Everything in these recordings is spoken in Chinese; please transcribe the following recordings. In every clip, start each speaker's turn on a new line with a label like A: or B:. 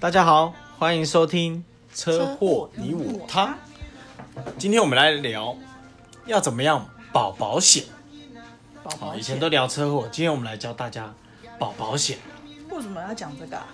A: 大家好，欢迎收听《车祸你我他》。今天我们来聊要怎么样保保险。
B: 保
A: 好，
B: 保
A: 以前
B: 险
A: 都聊车祸，今天我们来教大家保保险，
B: 为什么要讲这个啊？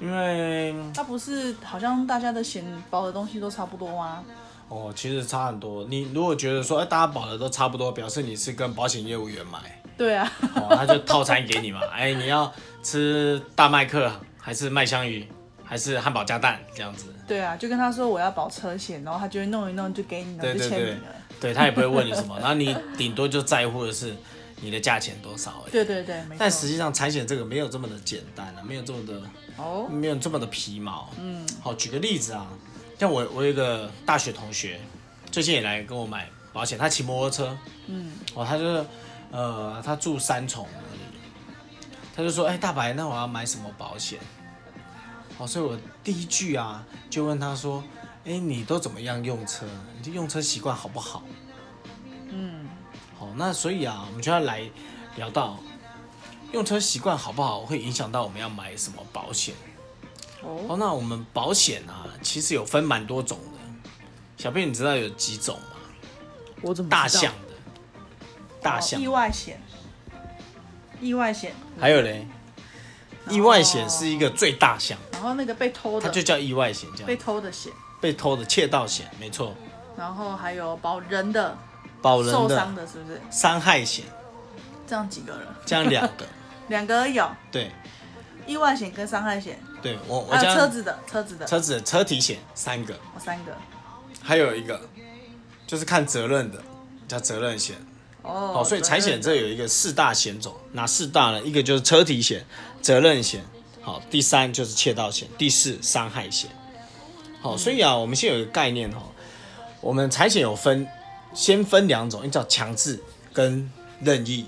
A: 因为
B: 它不是好像大家的险保的东西都差不多啊吗？
A: 哦，其实差很多。你如果觉得说，哎，大家保的都差不多，表示你是跟保险业务员买，
B: 对啊，
A: 哦， 他就套餐给你嘛。哎，你要吃大麦克还是麦香鱼，还是汉堡加蛋这样子？
B: 对啊，就跟他说我要保车险，然后他就会弄一弄就给你了，
A: 对
B: 就
A: 对
B: 签
A: 对
B: 名了。，
A: 对他也不会问你什么，然后你顶多就在乎的是你的价钱多少而已。
B: 对对对，没错。
A: 但实际上，产险这个没有这么的简单啊，没有这么的，
B: 哦，
A: 没有这么的皮毛。嗯，好，举个例子啊，像我我有一个大学同学，最近也来跟我买保险，他骑摩托车，嗯，哦，他就是呃，他住三重而已，他就说，哎、大白，那我要买什么保险？哦，所以我第一句啊，就问他说，哎、你都怎么样用车？你的用车习惯好不好？
B: 嗯，
A: 好，那所以啊，我们就要来聊到用车习惯好不好，会影响到我们要买什么保险。
B: 哦，
A: 哦，那我们保险啊，其实有分蛮多种的。小编，你知道有几种吗？
B: 我怎么知道
A: 大象的，大象
B: 哦意，外险，意外险，
A: 还有嘞，
B: 哦
A: 意外险是一个最大项，
B: 然后那个被偷
A: 它
B: 的
A: 就，叫意外险，这
B: 被
A: 样
B: 偷的险，
A: 被偷的窃盗险，没错，
B: 然后还有保人的，
A: 保人
B: 受伤
A: 的
B: 的是不是？
A: 伤害险，
B: 这样几个人？
A: 这样两 个，
B: 两个而已哦，
A: 对
B: 意外险跟伤害险，
A: 对，我我
B: 还有车
A: 家
B: 子的，车子的，
A: 车子的车体险三个，
B: 哦三个。
A: 还有一个就是看责任的，叫责任险。
B: 哦，
A: 哦，所以
B: 对
A: 产
B: 对
A: 险这有一个四大险种，哪四大呢？一个就是车体险、责任险，好，第三就是窃盗险，第四伤害险。好，所以啊，我们先有一个概念哦，我们产险有分，先分两种，一种叫强制跟任意。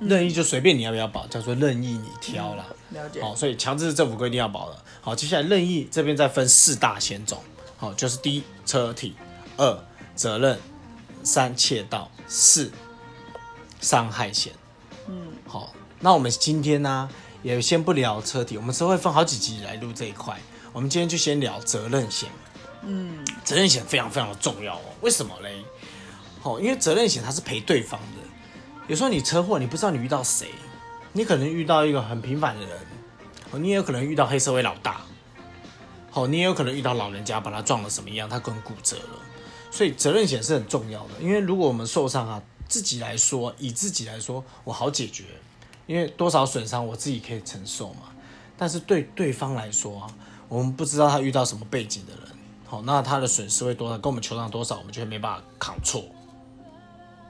A: 任意就随便你要不要保，叫做任意你挑啦。
B: 了解。
A: 好、所以强制政府规定要保了。好，接下来任意这边再分四大险种，好、就是第一车体，二责任，三窃盗，四伤害险。嗯，好，那我们今天呢、也先不聊车体，我们是会分好几集来录这一块。我们今天就先聊责任险。嗯，责任险非常非常的重要哦。为什么嘞？好、因为责任险它是赔对方的。有时候你车祸，你不知道你遇到谁，你可能遇到一个很平凡的人，哦，你也有可能遇到黑社会老大，好，你也有可能遇到老人家把他撞了什么样，他可能骨折了，所以责任险是很重要的，因为如果我们受伤啊，自己来说，以自己来说，我好解决，因为多少损伤我自己可以承受嘛，但是对对方来说啊，我们不知道他遇到什么背景的人，好，那他的损失会多少，跟我们球场多少，我们就会没办法扛错，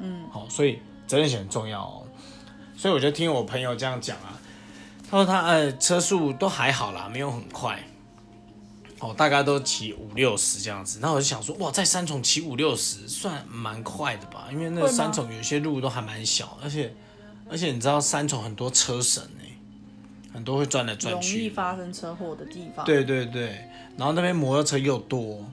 A: 嗯，好，所以责任险很重要哦。所以我就听我朋友这样讲啊，他说他呃车速都还好啦，没有很快，哦，大概都骑五六十这样子。那我就想说，哇，在三重骑五六十算蛮快的吧？因为那个
B: 会吗
A: 三重有些路都还蛮小，而且而且你知道三重很多车神哎、很多会转来转
B: 容易
A: 去，
B: 发生车祸的地方。，
A: 对对对，然后那边摩托车又多，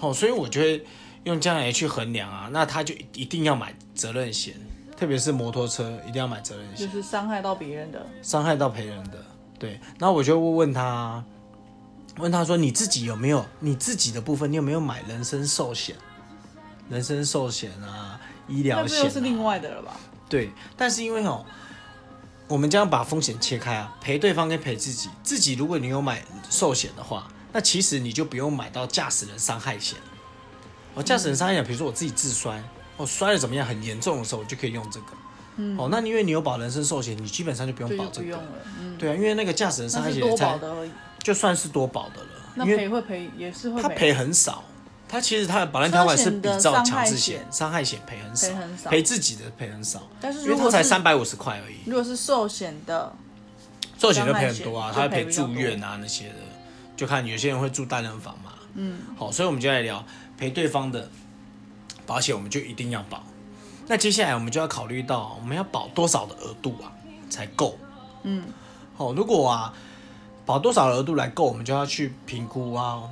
A: 哦，所以我就会用这样来去衡量啊，那他就一一定要买责任险，特别是摩托车一定要买责任险。
B: 就是伤害到别人的。
A: 伤害到赔人的。对，那我就问他，啊问他说你自己有没有你自己的部分，你有没有买人身寿险？人身寿险啊，医疗
B: 那这
A: 险、
B: 又
A: 啊、
B: 是另外的了吧？
A: 对，但是因为哦，我们这样把风险切开啊，赔对方跟赔自己。自己如果你有买寿险的话，那其实你就不用买到驾驶人伤害险。哦，驾驶人伤害险，比如说我自己自摔，哦摔的怎么样很严重的时候，我就可以用这个。嗯，哦，那因为你有保人身寿险，你基本上就不用
B: 对，
A: 保
B: 就
A: 这
B: 不
A: 个
B: 用。了。嗯，
A: 对啊，因为那个驾驶人伤
B: 那
A: 害
B: 是
A: 险
B: 多保
A: 才
B: 的而已。
A: 就算是多保的了，
B: 那
A: 因为
B: 赔会赔，也是会
A: 他
B: 赔
A: 赔很少，他其实他的保单条款是比照强制
B: 车险
A: 险
B: 的、
A: 伤害险赔很少
B: 赔很，少
A: 赔自己的赔很少，
B: 但是
A: 因为
B: 如
A: 他
B: 果
A: 才
B: 是
A: 三百五十块而已，
B: 如果是寿险的，
A: 寿险就赔很多啊，
B: 伤
A: 他
B: 害
A: 会
B: 险
A: 赔
B: 就
A: 住
B: 赔比较多
A: 院啊那些的，就看有些人会住单人房嘛，嗯，好，所以我们就来聊赔对方的保险，我们就一定要保。那接下来我们就要考虑到我们要保多少的额度啊才够，
B: 嗯，
A: 好、如果啊保多少额度来够，我们就要去评估啊。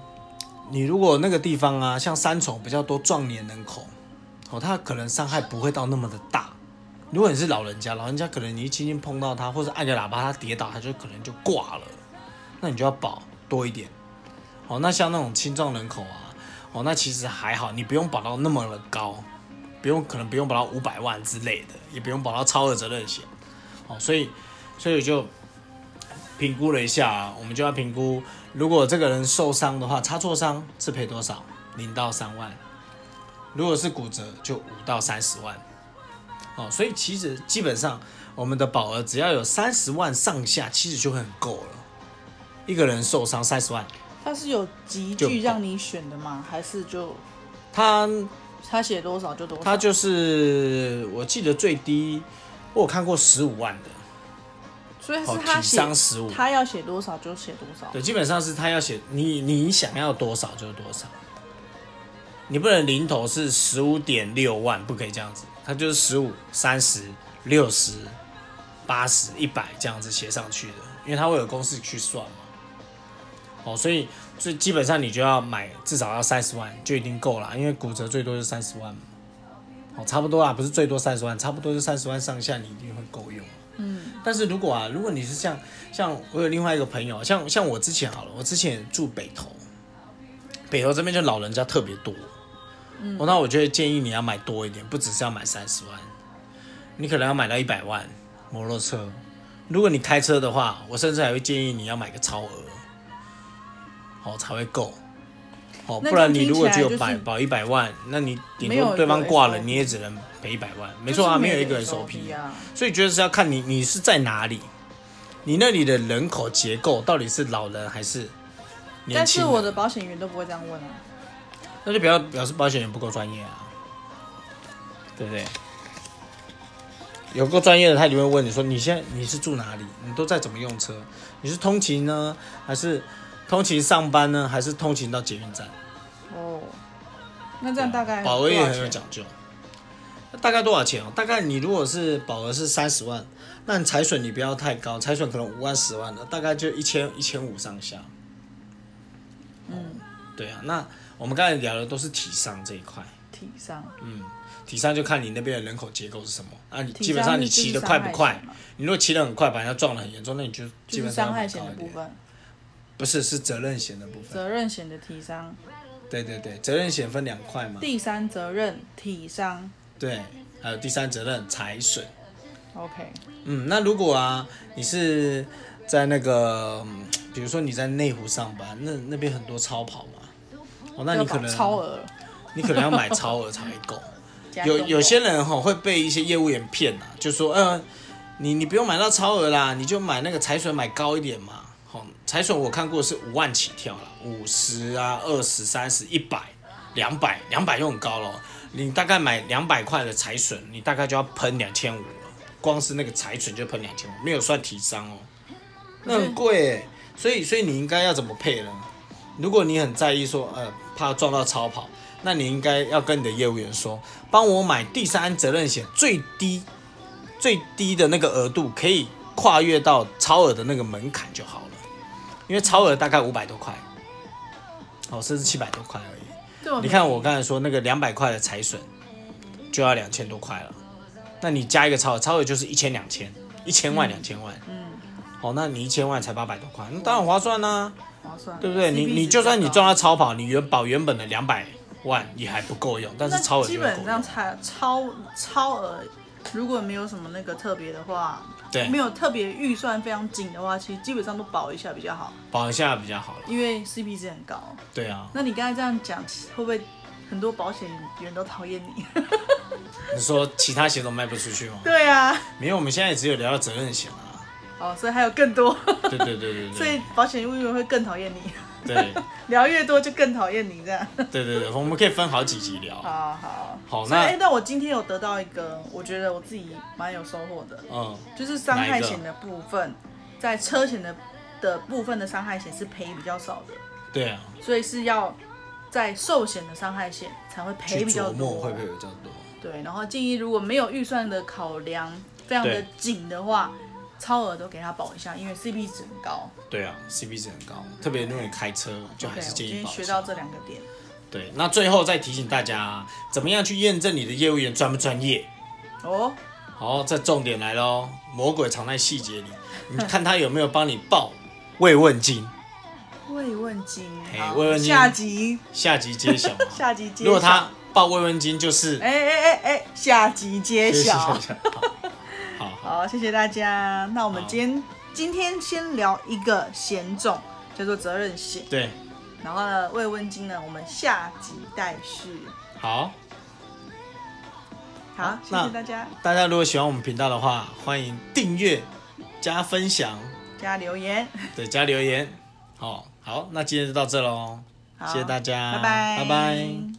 A: 你如果那个地方啊，像三重比较多壮年人口，哦，他可能伤害不会到那么的大。如果你是老人家，老人家可能你一轻轻碰到他，或者按个喇叭他跌倒，他就可能就挂了。那你就要保多一点。哦，那像那种青壮人口啊，哦，那其实还好，你不用保到那么的高，不用可能不用保到五百万之类的，也不用保到超额责任险。哦，所以所以就评估了一下、啊，我们就要评估，如果这个人受伤的话，擦挫伤是赔多少？零到三万。如果是骨折，就五到三十万。哦，所以其实基本上我们的保额只要有三十万上下，其实就很够了。一个人受伤三十万，
B: 它是有集
A: 就
B: 句让你选的吗？还是就
A: 他
B: 他写多少就多少？
A: 他就是我记得最低，我有看过十五万的，
B: 所以
A: 哦
B: 是，他
A: 体
B: 写
A: 伤十五，
B: 他要写多少就写多少。
A: 对，基本上是他要写你你想要多少就是多少，你不能零头是十五点六万，不可以这样子，他就是十五、三十、六十、八十、一百这样子写上去的，因为他会有公式去算嘛。哦，所以所以基本上你就要买至少要三十万就已经够了，因为骨折最多就三十万嘛。哦，差不多啦，不是最多三十万，差不多就三十万上下，你一定会够用。嗯，但是如果啊，如果你是像像我有另外一个朋友，像像我之前好了，我之前住北投，北投这边就老人家特别多，嗯，那我就会建议你要买多一点，不只是要买三十万，你可能要买到一百万摩托车。如果你开车的话，我甚至还会建议你要买个超额，哦才会够，哦，
B: 那
A: 不然
B: 这
A: 你
B: 样
A: 如果
B: 听
A: 只
B: 起来
A: 有
B: 就是
A: 百保一百万，那你顶
B: 没有
A: 多
B: 一
A: 对
B: 个
A: 方挂了，
B: SOP
A: 你也只能赔一百万，没
B: 没
A: 错啊，没
B: 没
A: 有一个人
B: SOP 啊。
A: 所以觉得是要看你你是在哪里，你那里的人口结构到底是老人还是年
B: 但
A: 轻
B: 是
A: 人？
B: 我的保险员都不会这样问啊。
A: 那就表表示保险员不够专业啊，对不对？有够专业的，他就会问你说你现在你是住哪里？你都在怎么用车？你是通勤呢，还是通勤上班呢，还是通勤到捷运站？
B: 哦，那这样大概
A: 啊保额也
B: 多少
A: 很有
B: 钱
A: 讲究。那大概多少钱哦？大概你如果是保额是三十万，那你财损你不要太高，财损可能五万十万的，大概就一千一千五上下。
B: 嗯，
A: 对啊，那我们刚才聊的都是体伤这一块，
B: 体伤。
A: 体伤就看你那边的人口结构是什么啊。你
B: 体
A: 基本
B: 伤
A: 上
B: 是
A: 你
B: 经
A: 骑
B: 济
A: 的
B: 伤
A: 快不
B: 害
A: 快
B: 险嘛？
A: 你如果骑得很快，把人家撞得很严重，那你就基
B: 就是
A: 本上
B: 伤害
A: 要
B: 险
A: 高
B: 的
A: 一
B: 部
A: 点。
B: 分，
A: 不是，是责任险的部分。
B: 责任险的体伤，
A: 对对对，责任险分两块嘛。
B: 第三责任体伤。
A: 对，还有第三责任财损。
B: OK，
A: 嗯，那如果啊，你是在那个，嗯比如说你在内湖上班，那那边很多超跑嘛，哦，那你
B: 要
A: 可
B: 保
A: 能
B: 超额。
A: 你可能要买超额才会 够。
B: 加
A: 有
B: 重
A: 有
B: 保
A: 些人哈、会被一些业务员骗啊，就说，嗯、你你不用买到超额啦，你就买那个财损买高一点嘛。好、财损我看过是五万起跳啦，五十啊、二十、三十、一百、两百，两百就很高了。你大概买两百块的财损，你大概就要喷两千五了，光是那个财损就喷两千五，没有算提商哦，那很贵欸。所以所以你应该要怎么配呢？如果你很在意说，呃，怕撞到超跑，那你应该要跟你的业务员说，帮我买第三责任险，最低最低的那个额度可以跨越到超额的那个门槛就好了，因为超额大概五百多块，哦，甚至七百多块而已。
B: 这么
A: 你看我刚才说那个两百块的财损就要两千多块了，那你加一个超额，超额就是一千两千，一千万两千万，嗯，哦，那你一千万才八百多块，那当然划算啦、
B: 划算，
A: 对不对？你
B: CP
A: 你
B: 值
A: 就算
B: 比
A: 你
B: 较
A: 撞
B: 高，
A: 到超跑，你原保原本的两百万也还不够用，但是
B: 那
A: 超额就
B: 基
A: 会
B: 本
A: 够
B: 上
A: 用。
B: 超超超额，如果没有什么那个特别的话，
A: 对
B: 没，有特别预算非常紧的话，其实基本上都保一下比较好，
A: 保一下比较好了。
B: 因为 CP 值很高。
A: 对啊，
B: 那你刚才这样讲，会不会很多保险员都讨厌你？
A: 你说其他险都卖不出去吗？
B: 对啊，
A: 没有，我们现在只有聊到责任险啊。
B: 哦，所以还有更多，
A: 对对对对
B: 嗯所
A: 对
B: 以保险业务员会更讨厌你，
A: 对
B: 聊越多就更讨厌你这样。
A: 对对对，我们可以分好几集聊。
B: 好好
A: 好
B: 所以
A: 那
B: 哎，那我今天有得到一个，我觉得我自己蛮有收获的，
A: 嗯，
B: 就是伤害险的部分，在车险的的部分的伤害险是赔比较少的，
A: 对啊，
B: 所以是要在寿险的伤害险才会
A: 去
B: 赔比较
A: 琢磨
B: 多。
A: 会不会比较多？
B: 对，然后建议如果没有预算的考量，非常的
A: 对
B: 紧的话，超额都给他保一下，因为 CP 值很高。
A: 对啊，CP 值很高，特别如果你开车，就还
B: 对，
A: 是
B: 我
A: 建
B: 今
A: 议
B: 天
A: 保一
B: 学
A: 下
B: 到。这两个点，
A: 对，那最后再提醒大家，怎么样去验证你的业务员专不专业？
B: 哦，
A: 好，这重点来喽，魔鬼藏在细节里。你看他有没有帮你报慰问金？
B: 慰问金，
A: 嘿
B: 好
A: 慰问金
B: 下集。
A: 下集揭晓嘛
B: 下集揭
A: 如
B: 晓。
A: 果他报慰问金，就是
B: 哎哎哎哎，下集 揭
A: 揭
B: 晓
A: 晓。。好好好，
B: 好，谢谢大家。那我们
A: 好
B: 今天今天先聊一个险种，叫做责任险。
A: 对，
B: 然后呢，慰问金呢，我们下集待续。
A: 好。
B: 好，谢
A: 那
B: 谢大家，
A: 大家如果喜欢我们频道的话，欢迎订阅、加分享，
B: 加留言。
A: 对，加留言。好、好，那今天就到这喽，
B: 好
A: 谢谢大家，
B: 拜拜，
A: 拜拜。